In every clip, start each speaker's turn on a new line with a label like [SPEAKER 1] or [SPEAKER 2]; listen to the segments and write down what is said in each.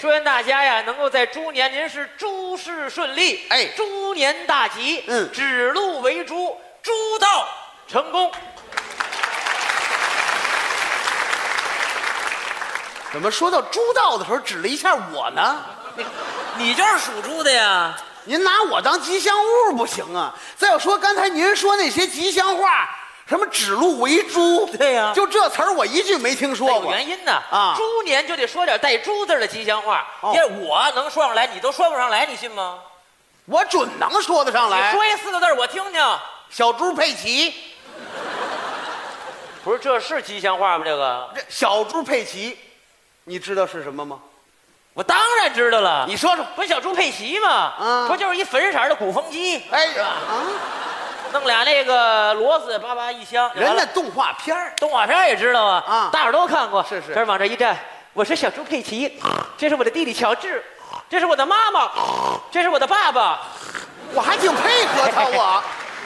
[SPEAKER 1] 祝愿大家呀能够在猪年您是诸事顺利，
[SPEAKER 2] 哎
[SPEAKER 1] 猪年大吉，
[SPEAKER 2] 嗯
[SPEAKER 1] 指鹿为猪，猪到成功。
[SPEAKER 2] 怎么说到猪道的时候指了一下我呢？
[SPEAKER 3] 你就是属猪的呀？
[SPEAKER 2] 您拿我当吉祥物不行啊！再有说刚才您说那些吉祥话，什么指鹿为 猪，
[SPEAKER 3] 对呀
[SPEAKER 2] 就这词儿我一句没听说
[SPEAKER 1] 哎有
[SPEAKER 2] 过。
[SPEAKER 1] 原因呢
[SPEAKER 2] 啊
[SPEAKER 1] 猪年就得说点带“猪”字儿的吉祥话，
[SPEAKER 2] 哦
[SPEAKER 1] 因为我能说上来，你都说不上来，你信吗？
[SPEAKER 2] 我准能说得上
[SPEAKER 1] 你
[SPEAKER 2] 来。
[SPEAKER 1] 说一四个字儿我听听。
[SPEAKER 2] 小猪佩奇，
[SPEAKER 1] 不是，这是吉祥话吗？这个
[SPEAKER 2] 这小猪佩奇，你知道是什么吗？
[SPEAKER 1] 我当然知道了。
[SPEAKER 2] 你说说。
[SPEAKER 1] 不是小猪佩奇吗？
[SPEAKER 2] 嗯
[SPEAKER 1] 不就是一粉色儿的鼓风机，
[SPEAKER 2] 哎啊，
[SPEAKER 1] 弄俩那个螺丝，叭叭一箱。
[SPEAKER 2] 人
[SPEAKER 1] 完
[SPEAKER 2] 家
[SPEAKER 1] 了
[SPEAKER 2] 动画片儿
[SPEAKER 1] 动画片儿也知道啊，
[SPEAKER 2] 啊
[SPEAKER 1] 大伙儿都看过。
[SPEAKER 2] 是是
[SPEAKER 1] 这儿往这一站，我是小猪佩奇，这是我的弟弟乔治，这是我的妈妈，这是我的爸爸，
[SPEAKER 2] 我还挺配合他我。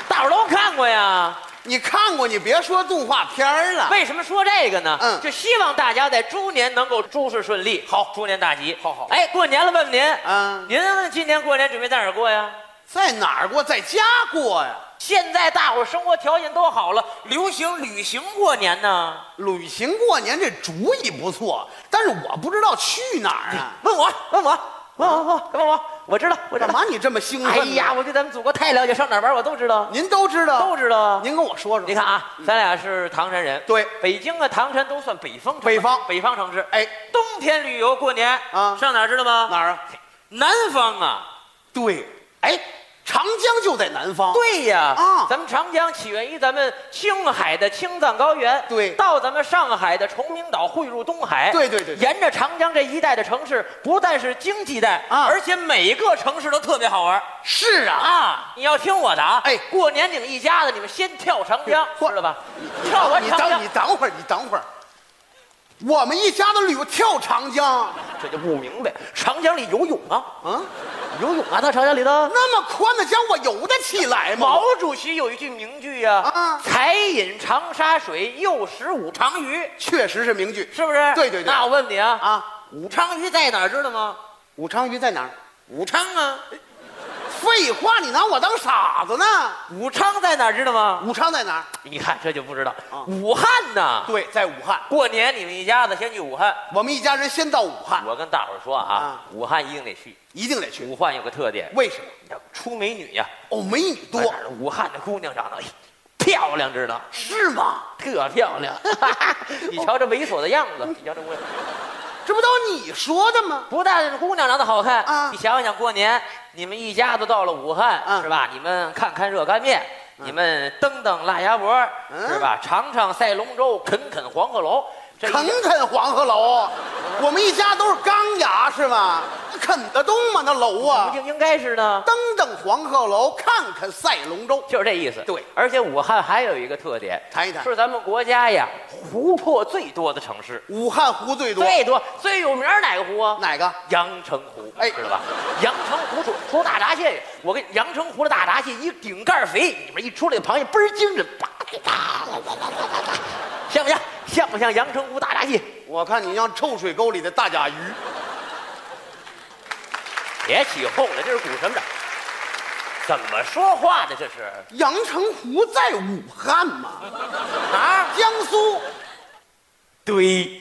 [SPEAKER 1] 大伙儿都看过呀。
[SPEAKER 2] 你看过？你别说动画片儿了。
[SPEAKER 1] 为什么说这个呢？
[SPEAKER 2] 嗯
[SPEAKER 1] 就希望大家在猪年能够诸事顺利，好，啊猪年大吉，
[SPEAKER 2] 好好
[SPEAKER 1] 哎，过年了，问问您，
[SPEAKER 2] 嗯
[SPEAKER 1] 您今年过年准备在哪儿过呀？
[SPEAKER 2] 在哪儿过？在家过呀，
[SPEAKER 1] 现在大伙儿生活条件都好了，流行旅行过年呢。
[SPEAKER 2] 旅行过年这主意不错，但是我不知道去哪儿 啊。
[SPEAKER 1] 问我，问我，问我，问我，问我，我知道，我知
[SPEAKER 2] 干
[SPEAKER 1] 道。
[SPEAKER 2] 嘛你这么兴奋？
[SPEAKER 1] 哎呀，，我对咱们祖国太了解，上哪儿玩我都知道，
[SPEAKER 2] 您都知道，
[SPEAKER 1] 都知道啊。
[SPEAKER 2] 您跟我说说，
[SPEAKER 1] 你看，啊，咱俩是唐山人，
[SPEAKER 2] 对
[SPEAKER 1] 北京啊、唐山都算北方城市，
[SPEAKER 2] 北方
[SPEAKER 1] 北方城市。
[SPEAKER 2] 哎，
[SPEAKER 1] 冬天旅游过年
[SPEAKER 2] 啊
[SPEAKER 1] 上哪儿知道吗？
[SPEAKER 2] 哪儿啊？
[SPEAKER 1] 南方啊。
[SPEAKER 2] 对，哎，长江就在南方。，
[SPEAKER 1] 对呀，
[SPEAKER 2] 啊
[SPEAKER 1] 咱们长江起源于咱们青海的青藏高原，
[SPEAKER 2] 对
[SPEAKER 1] 到咱们上海的崇明岛汇入东海，
[SPEAKER 2] 对对对对
[SPEAKER 1] 沿着长江这一带的城市，不但是经济带
[SPEAKER 2] 啊
[SPEAKER 1] 而且每个城市都特别好玩
[SPEAKER 2] 是啊，
[SPEAKER 1] 啊！你要听我的啊，
[SPEAKER 2] 哎
[SPEAKER 1] 过年你们一家子，你们先跳长江，
[SPEAKER 2] 嚯
[SPEAKER 1] 知道吧？跳完
[SPEAKER 2] 你
[SPEAKER 1] 长江
[SPEAKER 2] 等，你等会儿，你等会儿，我们一家子旅游跳长江，
[SPEAKER 1] 这就不明白，长江里游泳啊，
[SPEAKER 2] 嗯，
[SPEAKER 1] 游泳啊，到长江里头。
[SPEAKER 2] 那么宽的江，我游得起来吗
[SPEAKER 1] 毛？主席有一句名句呀、
[SPEAKER 2] 哎啊
[SPEAKER 1] 才饮长沙水，又食五常鱼。
[SPEAKER 2] 确实是名句。
[SPEAKER 1] 是不是？
[SPEAKER 2] 对对对
[SPEAKER 1] 那我问你啊，
[SPEAKER 2] 啊，
[SPEAKER 1] 武昌鱼在哪儿知道吗？
[SPEAKER 2] 武昌鱼在哪儿？
[SPEAKER 1] 武昌啊，
[SPEAKER 2] 废话，你拿我当傻子呢？
[SPEAKER 1] 武昌在哪儿知道吗？
[SPEAKER 2] 武昌在哪儿？
[SPEAKER 1] 你看这就不知道
[SPEAKER 2] 啊，
[SPEAKER 1] 武汉呐。
[SPEAKER 2] 对，在武汉。
[SPEAKER 1] 过年你们一家子先去武汉。
[SPEAKER 2] 我们一家人先到武汉，
[SPEAKER 1] 我跟大伙儿说啊
[SPEAKER 2] 啊，
[SPEAKER 1] 武汉一定得去。
[SPEAKER 2] 一定得去。
[SPEAKER 1] 武汉有个特点，
[SPEAKER 2] 为什么？
[SPEAKER 1] 出美女呀，
[SPEAKER 2] 哦，美女多
[SPEAKER 1] 哪儿武汉的姑娘长得哎漂亮，知道？
[SPEAKER 2] 是吗？
[SPEAKER 1] 特漂 亮。你瞧这猥琐的样
[SPEAKER 2] 哦
[SPEAKER 1] 子，你瞧这我，
[SPEAKER 2] 这不都你说的吗？
[SPEAKER 1] 不但是姑娘长得好看
[SPEAKER 2] 啊
[SPEAKER 1] 你想想过年你们一家子到了武汉、
[SPEAKER 2] 嗯
[SPEAKER 1] 是吧？你们看看热干面，你们蹬蹬辣鸭脖、
[SPEAKER 2] 啊嗯
[SPEAKER 1] 是吧？尝尝赛龙舟，啃啃黄鹤楼，这一
[SPEAKER 2] 啃啃黄鹤楼，我们一家都是钢牙是吗？啃得动吗？那楼
[SPEAKER 1] 不
[SPEAKER 2] 啊，
[SPEAKER 1] 定应该是呢，
[SPEAKER 2] 登登黄鹤楼，看看赛龙舟，
[SPEAKER 1] 就是这意思。
[SPEAKER 2] 对
[SPEAKER 1] 而且武汉还有一个特点，
[SPEAKER 2] 谈一谈
[SPEAKER 1] 是咱们国家呀湖泊最多的城市，
[SPEAKER 2] 武汉湖最多，
[SPEAKER 1] 最多最有名儿哪个湖啊？
[SPEAKER 2] 哪个？
[SPEAKER 1] 阳澄湖，
[SPEAKER 2] 哎
[SPEAKER 1] 知道吧？阳澄湖出出大闸蟹，我跟阳澄湖的大闸蟹一顶盖儿肥，里面一出来螃蟹倍儿精神，啪啪啪啪啪啪啪，像不像？像不像阳澄湖大闸蟹？
[SPEAKER 2] 我看你像臭水沟里的大甲鱼。
[SPEAKER 1] 别起哄了，这是鼓什么掌？怎么说话呢？这是
[SPEAKER 2] 阳澄湖在武汉吗？
[SPEAKER 1] 啊？
[SPEAKER 2] 江苏
[SPEAKER 1] 对，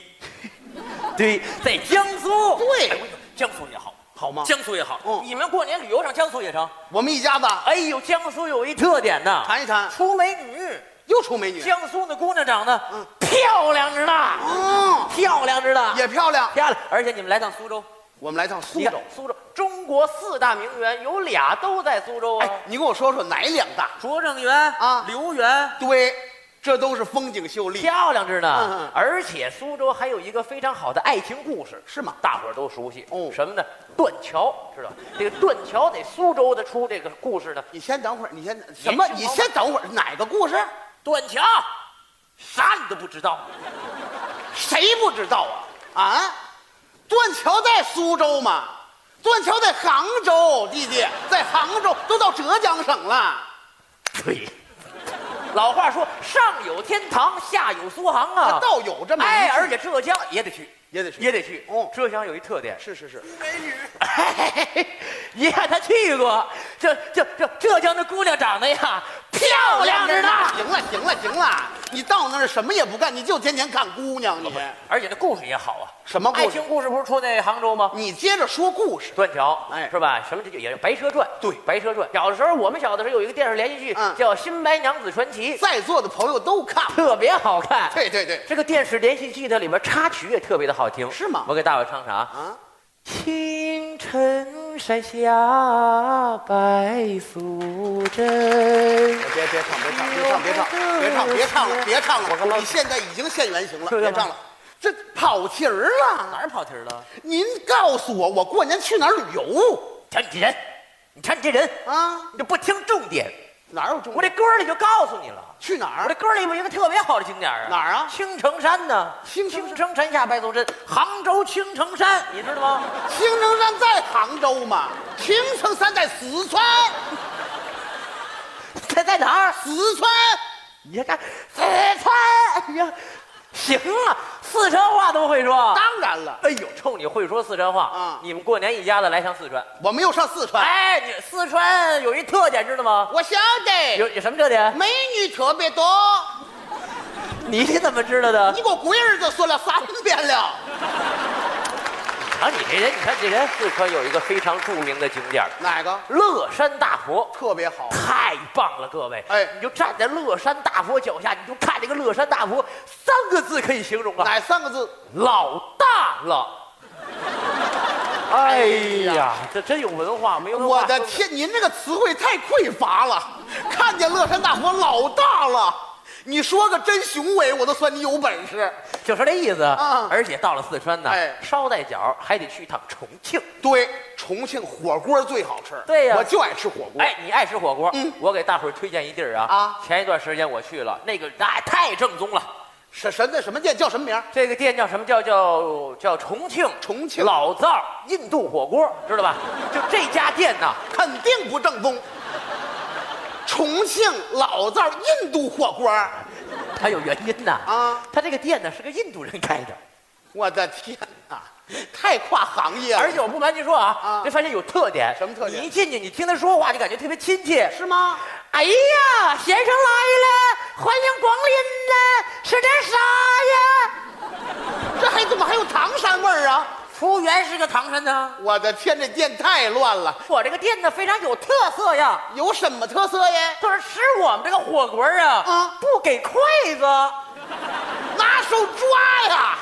[SPEAKER 1] 对，在江苏。
[SPEAKER 2] 对
[SPEAKER 1] 哎呦江苏也好，
[SPEAKER 2] 好吗？
[SPEAKER 1] 江苏也好。
[SPEAKER 2] 嗯
[SPEAKER 1] 你们过年旅游上江苏也成。
[SPEAKER 2] 我们一家子
[SPEAKER 1] 哎呦，江苏有一特点呐，
[SPEAKER 2] 谈一谈
[SPEAKER 1] 出美女。
[SPEAKER 2] 又出美女，
[SPEAKER 1] 江苏那姑娘长得
[SPEAKER 2] 嗯
[SPEAKER 1] 漂亮着呢，
[SPEAKER 2] 嗯，
[SPEAKER 1] 漂亮着呢，
[SPEAKER 2] 也漂亮。
[SPEAKER 1] 漂亮。而且你们来趟苏州，
[SPEAKER 2] 我们来趟苏
[SPEAKER 1] 你看
[SPEAKER 2] 州。
[SPEAKER 1] 苏州，中国四大名园有俩都在苏州啊，
[SPEAKER 2] 哎，你跟我说说哪两大？
[SPEAKER 1] 拙政园
[SPEAKER 2] 啊
[SPEAKER 1] 留园。
[SPEAKER 2] 对，这都是风景秀丽，
[SPEAKER 1] 漂亮着
[SPEAKER 2] 嗯
[SPEAKER 1] 呢
[SPEAKER 2] 嗯，
[SPEAKER 1] 而且苏州还有一个非常好的爱情故事，
[SPEAKER 2] 是吗？
[SPEAKER 1] 大伙儿都熟悉。
[SPEAKER 2] 哦
[SPEAKER 1] 什么呢？断桥，知道吧这个断桥在苏州的出这个故事呢？
[SPEAKER 2] 你先等会儿，你先什么？
[SPEAKER 1] 延
[SPEAKER 2] 你
[SPEAKER 1] 续
[SPEAKER 2] 先等会儿，哪个故事？
[SPEAKER 1] 断桥，啥你都不知道。
[SPEAKER 2] 谁不知道啊？啊，断桥在苏州吗？断桥在杭州，弟弟，在杭州都到浙江省了。
[SPEAKER 1] 对，老话说上有天堂，下有苏杭啊。
[SPEAKER 2] 倒有这么一
[SPEAKER 1] 哎，
[SPEAKER 2] 句
[SPEAKER 1] 而且浙江也得去，
[SPEAKER 2] 也得去
[SPEAKER 1] 也得去。
[SPEAKER 2] 哦
[SPEAKER 1] 浙江有一特点，
[SPEAKER 2] 是是是，
[SPEAKER 3] 美女，
[SPEAKER 1] 你看他去过，这这这浙江的姑娘长得呀漂亮着呢，
[SPEAKER 2] 行了行了行了，你到那儿什么也不干，你就天天看姑娘你。
[SPEAKER 1] 而且那故事也好啊。
[SPEAKER 2] 什么故事
[SPEAKER 1] 爱情故事不是出在杭州吗？
[SPEAKER 2] 你接着说故事。
[SPEAKER 1] 断桥，
[SPEAKER 2] 哎
[SPEAKER 1] 是吧？什么这就也是《白蛇传》
[SPEAKER 2] 对
[SPEAKER 1] 《白蛇传》。小的时候，我们小的时候有一个电视连续剧
[SPEAKER 2] 嗯
[SPEAKER 1] 叫《新白娘子传奇》，
[SPEAKER 2] 在座的朋友都看了。
[SPEAKER 1] 特别好看。
[SPEAKER 2] 对对对，
[SPEAKER 1] 这个电视连续剧它里面插曲也特别的好听，
[SPEAKER 2] 是吗
[SPEAKER 1] 我给大伙唱唱啊。
[SPEAKER 2] 啊，
[SPEAKER 1] 清晨山下白素贞。
[SPEAKER 2] 别别唱别唱别唱别唱别唱别唱了别唱
[SPEAKER 1] 哎我跟
[SPEAKER 2] 了，
[SPEAKER 1] 老
[SPEAKER 2] 你现在已经现原形了，
[SPEAKER 1] 是的
[SPEAKER 2] 别
[SPEAKER 1] 吗
[SPEAKER 2] 唱了，这跑题儿了。
[SPEAKER 1] 哪儿跑题儿了？
[SPEAKER 2] 您告诉我，我过年去哪儿旅游
[SPEAKER 1] 瞧你这人，你瞧你这人，
[SPEAKER 2] 啊？
[SPEAKER 1] 你就不听重点。
[SPEAKER 2] 哪有
[SPEAKER 1] 我
[SPEAKER 2] 中国？
[SPEAKER 1] 这歌里就告诉你了，
[SPEAKER 2] 去哪
[SPEAKER 1] 我这
[SPEAKER 2] 儿？
[SPEAKER 1] 歌里有一个特别好的景点啊。
[SPEAKER 2] 哪儿啊
[SPEAKER 1] 青城山呢？
[SPEAKER 2] 青城山
[SPEAKER 1] 青城山下白素贞，杭州青城山，你知道吗？
[SPEAKER 2] 青城山在杭州吗？青城山在四川，
[SPEAKER 1] 它 在哪儿？
[SPEAKER 2] 四川
[SPEAKER 1] 你看，四川，哎呀，行啊，四川话都会说。
[SPEAKER 2] 当然了，
[SPEAKER 1] 哎呦，冲你会说四川话
[SPEAKER 2] 啊
[SPEAKER 1] 你们过年一家子来趟四川。
[SPEAKER 2] 我没有上四 川，
[SPEAKER 1] 哎，你四川有一特点，知道吗？
[SPEAKER 2] 我晓得
[SPEAKER 1] 有有什么特点？
[SPEAKER 2] 美女特别多，
[SPEAKER 1] 你怎么知道的
[SPEAKER 2] 你？给我龟儿子说了三遍了，
[SPEAKER 1] 啊，你这人，你看这人，四川有一个非常著名的景点儿
[SPEAKER 2] 哪个？
[SPEAKER 1] ——乐山大佛。
[SPEAKER 2] 特别好。
[SPEAKER 1] 太棒了，各位！
[SPEAKER 2] 哎
[SPEAKER 1] 你就站在乐山大佛脚下，你就看这个乐山大佛，三个字可以形容啊，
[SPEAKER 2] 哪三个字？
[SPEAKER 1] 老大了。哎呀，这真有文化，没有文化
[SPEAKER 2] 我的天，您这个词汇太匮乏了。看见乐山大佛老大了，你说个真雄伟，我都算你有本事。
[SPEAKER 1] 就是这意思
[SPEAKER 2] 啊
[SPEAKER 1] 而且到了四川呢，
[SPEAKER 2] 哎
[SPEAKER 1] 捎带脚还得去一趟重庆。
[SPEAKER 2] 对，重庆火锅最好吃。
[SPEAKER 1] 对呀
[SPEAKER 2] 我就爱吃火锅。
[SPEAKER 1] 哎，你爱吃火锅？
[SPEAKER 2] 嗯
[SPEAKER 1] 我给大伙儿推荐一地儿啊。
[SPEAKER 2] 啊
[SPEAKER 1] 前一段时间我去了，那个那、太正宗了。
[SPEAKER 2] 什什那什么店叫什么名儿？
[SPEAKER 1] 这个店叫什么？叫叫叫重庆
[SPEAKER 2] 重庆
[SPEAKER 1] 老灶印度火锅，知道吧？就这家店呢，
[SPEAKER 2] 肯定不正宗。重庆老灶印度火锅儿，
[SPEAKER 1] 它有原因呐。
[SPEAKER 2] 啊，
[SPEAKER 1] 它这个店呢是个印度人开的，
[SPEAKER 2] 我的天哪，太跨行业了。
[SPEAKER 1] 而且我不瞒您说啊
[SPEAKER 2] 啊，
[SPEAKER 1] 这饭店有特点。
[SPEAKER 2] 什么特点
[SPEAKER 1] 你一进去，你听他说话就感觉特别亲切。
[SPEAKER 2] 是吗？
[SPEAKER 1] 哎呀，先生来了，欢迎光临呐，吃点啥呀？
[SPEAKER 2] 这还怎么还有唐山味儿啊？
[SPEAKER 1] 服务员是个唐山的。
[SPEAKER 2] 我的天，这店太乱了。
[SPEAKER 1] 我这个店呢非常有特色呀，
[SPEAKER 2] 有什么特色呀？
[SPEAKER 1] 就是吃我们这个火锅啊，
[SPEAKER 2] 啊
[SPEAKER 1] 不给筷子，
[SPEAKER 2] 拿手抓呀！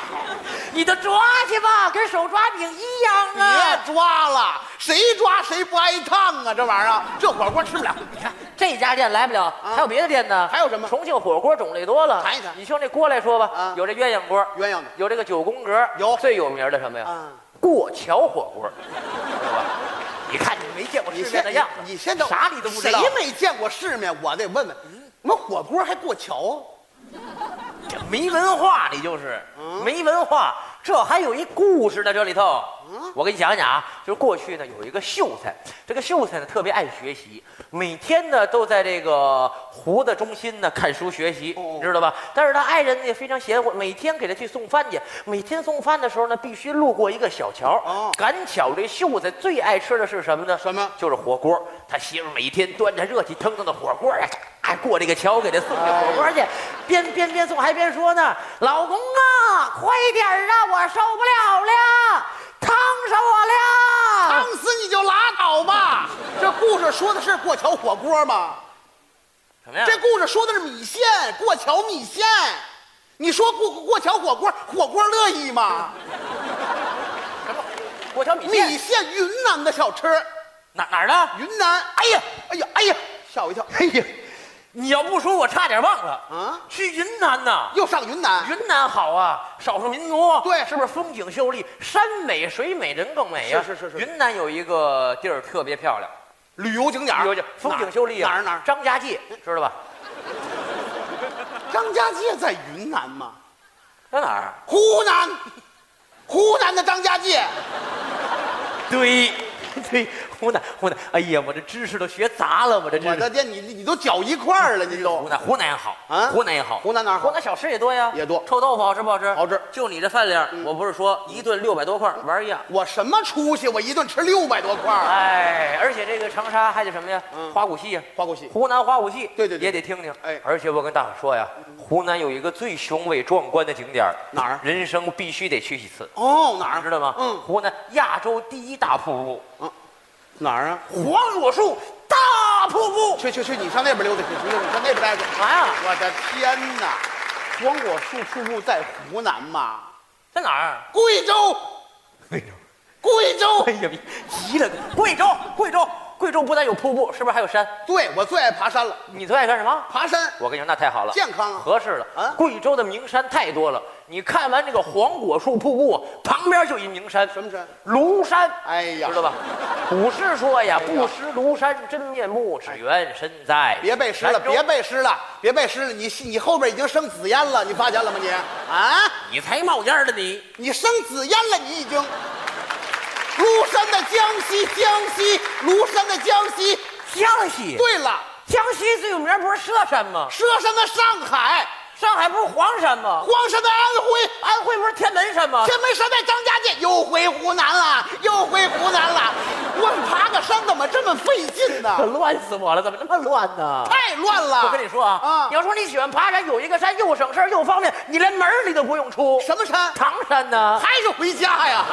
[SPEAKER 1] 你就抓去吧，跟手抓饼一
[SPEAKER 2] 哎
[SPEAKER 1] 样啊。
[SPEAKER 2] 别抓了，谁抓谁不挨烫啊！这玩意儿，这火锅吃不了。你看，
[SPEAKER 1] 这家店来不了，还有别的店呢？
[SPEAKER 2] 啊还有什么
[SPEAKER 1] 重庆火锅种类多了，
[SPEAKER 2] 谈一谈
[SPEAKER 1] 你就那锅来说吧，
[SPEAKER 2] 啊
[SPEAKER 1] 有这鸳鸯锅，
[SPEAKER 2] 鸳鸯的
[SPEAKER 1] 有这个九宫格，
[SPEAKER 2] 有
[SPEAKER 1] 最有名的什么呀？
[SPEAKER 2] 啊
[SPEAKER 1] 过桥火锅，知道吧？你看你没见过世面的样子，
[SPEAKER 2] 你先等，
[SPEAKER 1] 啥你都不知道，
[SPEAKER 2] 谁没见过世面？我得问问，我们火锅还过桥？啊
[SPEAKER 1] 这没文化，你就是、
[SPEAKER 2] 嗯
[SPEAKER 1] 没文化。这还有一故事呢，这里头，
[SPEAKER 2] 嗯
[SPEAKER 1] 我给你讲讲啊，就是过去呢有一个秀才，这个秀才呢特别爱学习，每天呢都在这个湖的中心呢看书学习，
[SPEAKER 2] 哦
[SPEAKER 1] 你知道吧？但是他爱人呢也非常贤惠，每天给他去送饭去，每天送饭的时候呢必须路过一个小桥，
[SPEAKER 2] 哦
[SPEAKER 1] 赶巧这秀才最爱吃的是什么呢？
[SPEAKER 2] 什么
[SPEAKER 1] 就是火锅。他媳妇每天端着热气腾腾的火锅啊，哎，过这个桥给他送这火锅去，边边边送还边说呢：“老公啊，快点儿啊，我受不了了，烫死我
[SPEAKER 2] 烫
[SPEAKER 1] 了！
[SPEAKER 2] 死你就拉倒吧！这故事说的是过桥火锅吗？
[SPEAKER 1] 什么呀
[SPEAKER 2] 这故事说的是米线，过桥米线。你说过过桥火锅，火锅乐意吗？
[SPEAKER 1] 过桥米
[SPEAKER 2] 米
[SPEAKER 1] 线
[SPEAKER 2] 线，云南的小吃，
[SPEAKER 1] 哪哪儿的？
[SPEAKER 2] 云南。
[SPEAKER 1] 哎呀，
[SPEAKER 2] 哎呀，哎呀，吓我一跳！
[SPEAKER 1] 哎呀，你要不说我差点忘了
[SPEAKER 2] 啊
[SPEAKER 1] 去云南呐。”
[SPEAKER 2] 又上云南，
[SPEAKER 1] 云南好啊，少数民族
[SPEAKER 2] 对
[SPEAKER 1] 是不是风景秀丽，山美水美，人更美呀、
[SPEAKER 2] 是是是是
[SPEAKER 1] 云南有一个地儿特别漂亮，
[SPEAKER 2] 旅游景点儿，
[SPEAKER 1] 有有风景秀丽啊，
[SPEAKER 2] 哪儿哪儿？
[SPEAKER 1] 张家界知道吧？
[SPEAKER 2] 张家界在云南吗？
[SPEAKER 1] 在哪儿？
[SPEAKER 2] 啊 湖南，湖南的张家界，
[SPEAKER 1] 对， 对，湖南湖南，哎呀，我这知识都学杂了，我这知
[SPEAKER 2] 我的
[SPEAKER 1] 识。
[SPEAKER 2] 天，你你都搅一块儿了，你
[SPEAKER 1] 湖
[SPEAKER 2] 都
[SPEAKER 1] 南湖南也好
[SPEAKER 2] 啊
[SPEAKER 1] 湖南也好，
[SPEAKER 2] 湖南哪儿好
[SPEAKER 1] 湖南小吃也多呀，
[SPEAKER 2] 也多
[SPEAKER 1] 臭豆腐好吃不好吃？
[SPEAKER 2] 好吃嗯
[SPEAKER 1] 就你这饭量，我不是说一顿六百多块儿玩儿一样。
[SPEAKER 2] 我什么出息？我一顿吃六百多块儿，
[SPEAKER 1] 哎，而且这个长沙还得什么呀？
[SPEAKER 2] 嗯
[SPEAKER 1] 花鼓戏呀，
[SPEAKER 2] 花鼓戏
[SPEAKER 1] 湖南花鼓戏，
[SPEAKER 2] 对对对
[SPEAKER 1] 也得听听。
[SPEAKER 2] 哎嗯
[SPEAKER 1] 而且我跟大伙儿说呀，湖南有一个最雄伟壮观的景点儿
[SPEAKER 2] 哪儿
[SPEAKER 1] 人生必须得去一次，
[SPEAKER 2] 哦，哪儿
[SPEAKER 1] 知道吗？
[SPEAKER 2] 嗯
[SPEAKER 1] 湖南亚洲第一大瀑布
[SPEAKER 2] 哪儿啊？
[SPEAKER 1] 黄果树大瀑布，
[SPEAKER 2] 去去去，你上那边溜达去，去你上那边待着。
[SPEAKER 1] 嘛呀？
[SPEAKER 2] 我的天哪！黄果树瀑布在湖南吗？
[SPEAKER 1] 在哪儿？
[SPEAKER 2] 贵州，贵州，
[SPEAKER 1] 哎呀，急了！贵州，贵州，贵州不但有瀑布，是不是还有山？
[SPEAKER 2] 对我最爱爬山了，
[SPEAKER 1] 你最爱干什么？
[SPEAKER 2] 爬山
[SPEAKER 1] 我跟你说，那太好了，
[SPEAKER 2] 健康啊
[SPEAKER 1] 合适了。
[SPEAKER 2] 啊
[SPEAKER 1] 贵州的名山太多了，你看完这个黄果树瀑布，旁边就一名山，
[SPEAKER 2] 什么山？
[SPEAKER 1] 庐山。
[SPEAKER 2] 哎呀哎
[SPEAKER 1] 知道吧？古诗说呀，不识庐山真面目，只缘身在
[SPEAKER 2] 别背诗了，
[SPEAKER 1] 山中
[SPEAKER 2] 别背诗了，别背诗了，你你后边已经升紫烟了，你发现了吗你？啊，
[SPEAKER 3] 你才冒烟儿的你，
[SPEAKER 2] 你升紫烟了，你已经。庐山的江西，江西，庐山的江西。
[SPEAKER 1] 江西。
[SPEAKER 2] 对了，
[SPEAKER 1] 江西最有名不是佘山吗？
[SPEAKER 2] 佘山的上海，
[SPEAKER 1] 上海不是黄山吗？
[SPEAKER 2] 黄山的安徽，
[SPEAKER 1] 安徽不是天门山吗？
[SPEAKER 2] 天门山在张家界，又回湖南了，又回湖南了。我爬个山怎么这么费劲
[SPEAKER 1] 可
[SPEAKER 2] 呢？
[SPEAKER 1] 乱死我了，怎么那么乱呢？
[SPEAKER 2] 太乱了！
[SPEAKER 1] 我跟你说啊，
[SPEAKER 2] 啊
[SPEAKER 1] 你要说你喜欢爬山，有一个山又省事儿又方便，你连门儿你都不用出。
[SPEAKER 2] 什么山？
[SPEAKER 1] 唐山呢？
[SPEAKER 2] 还是回家呀？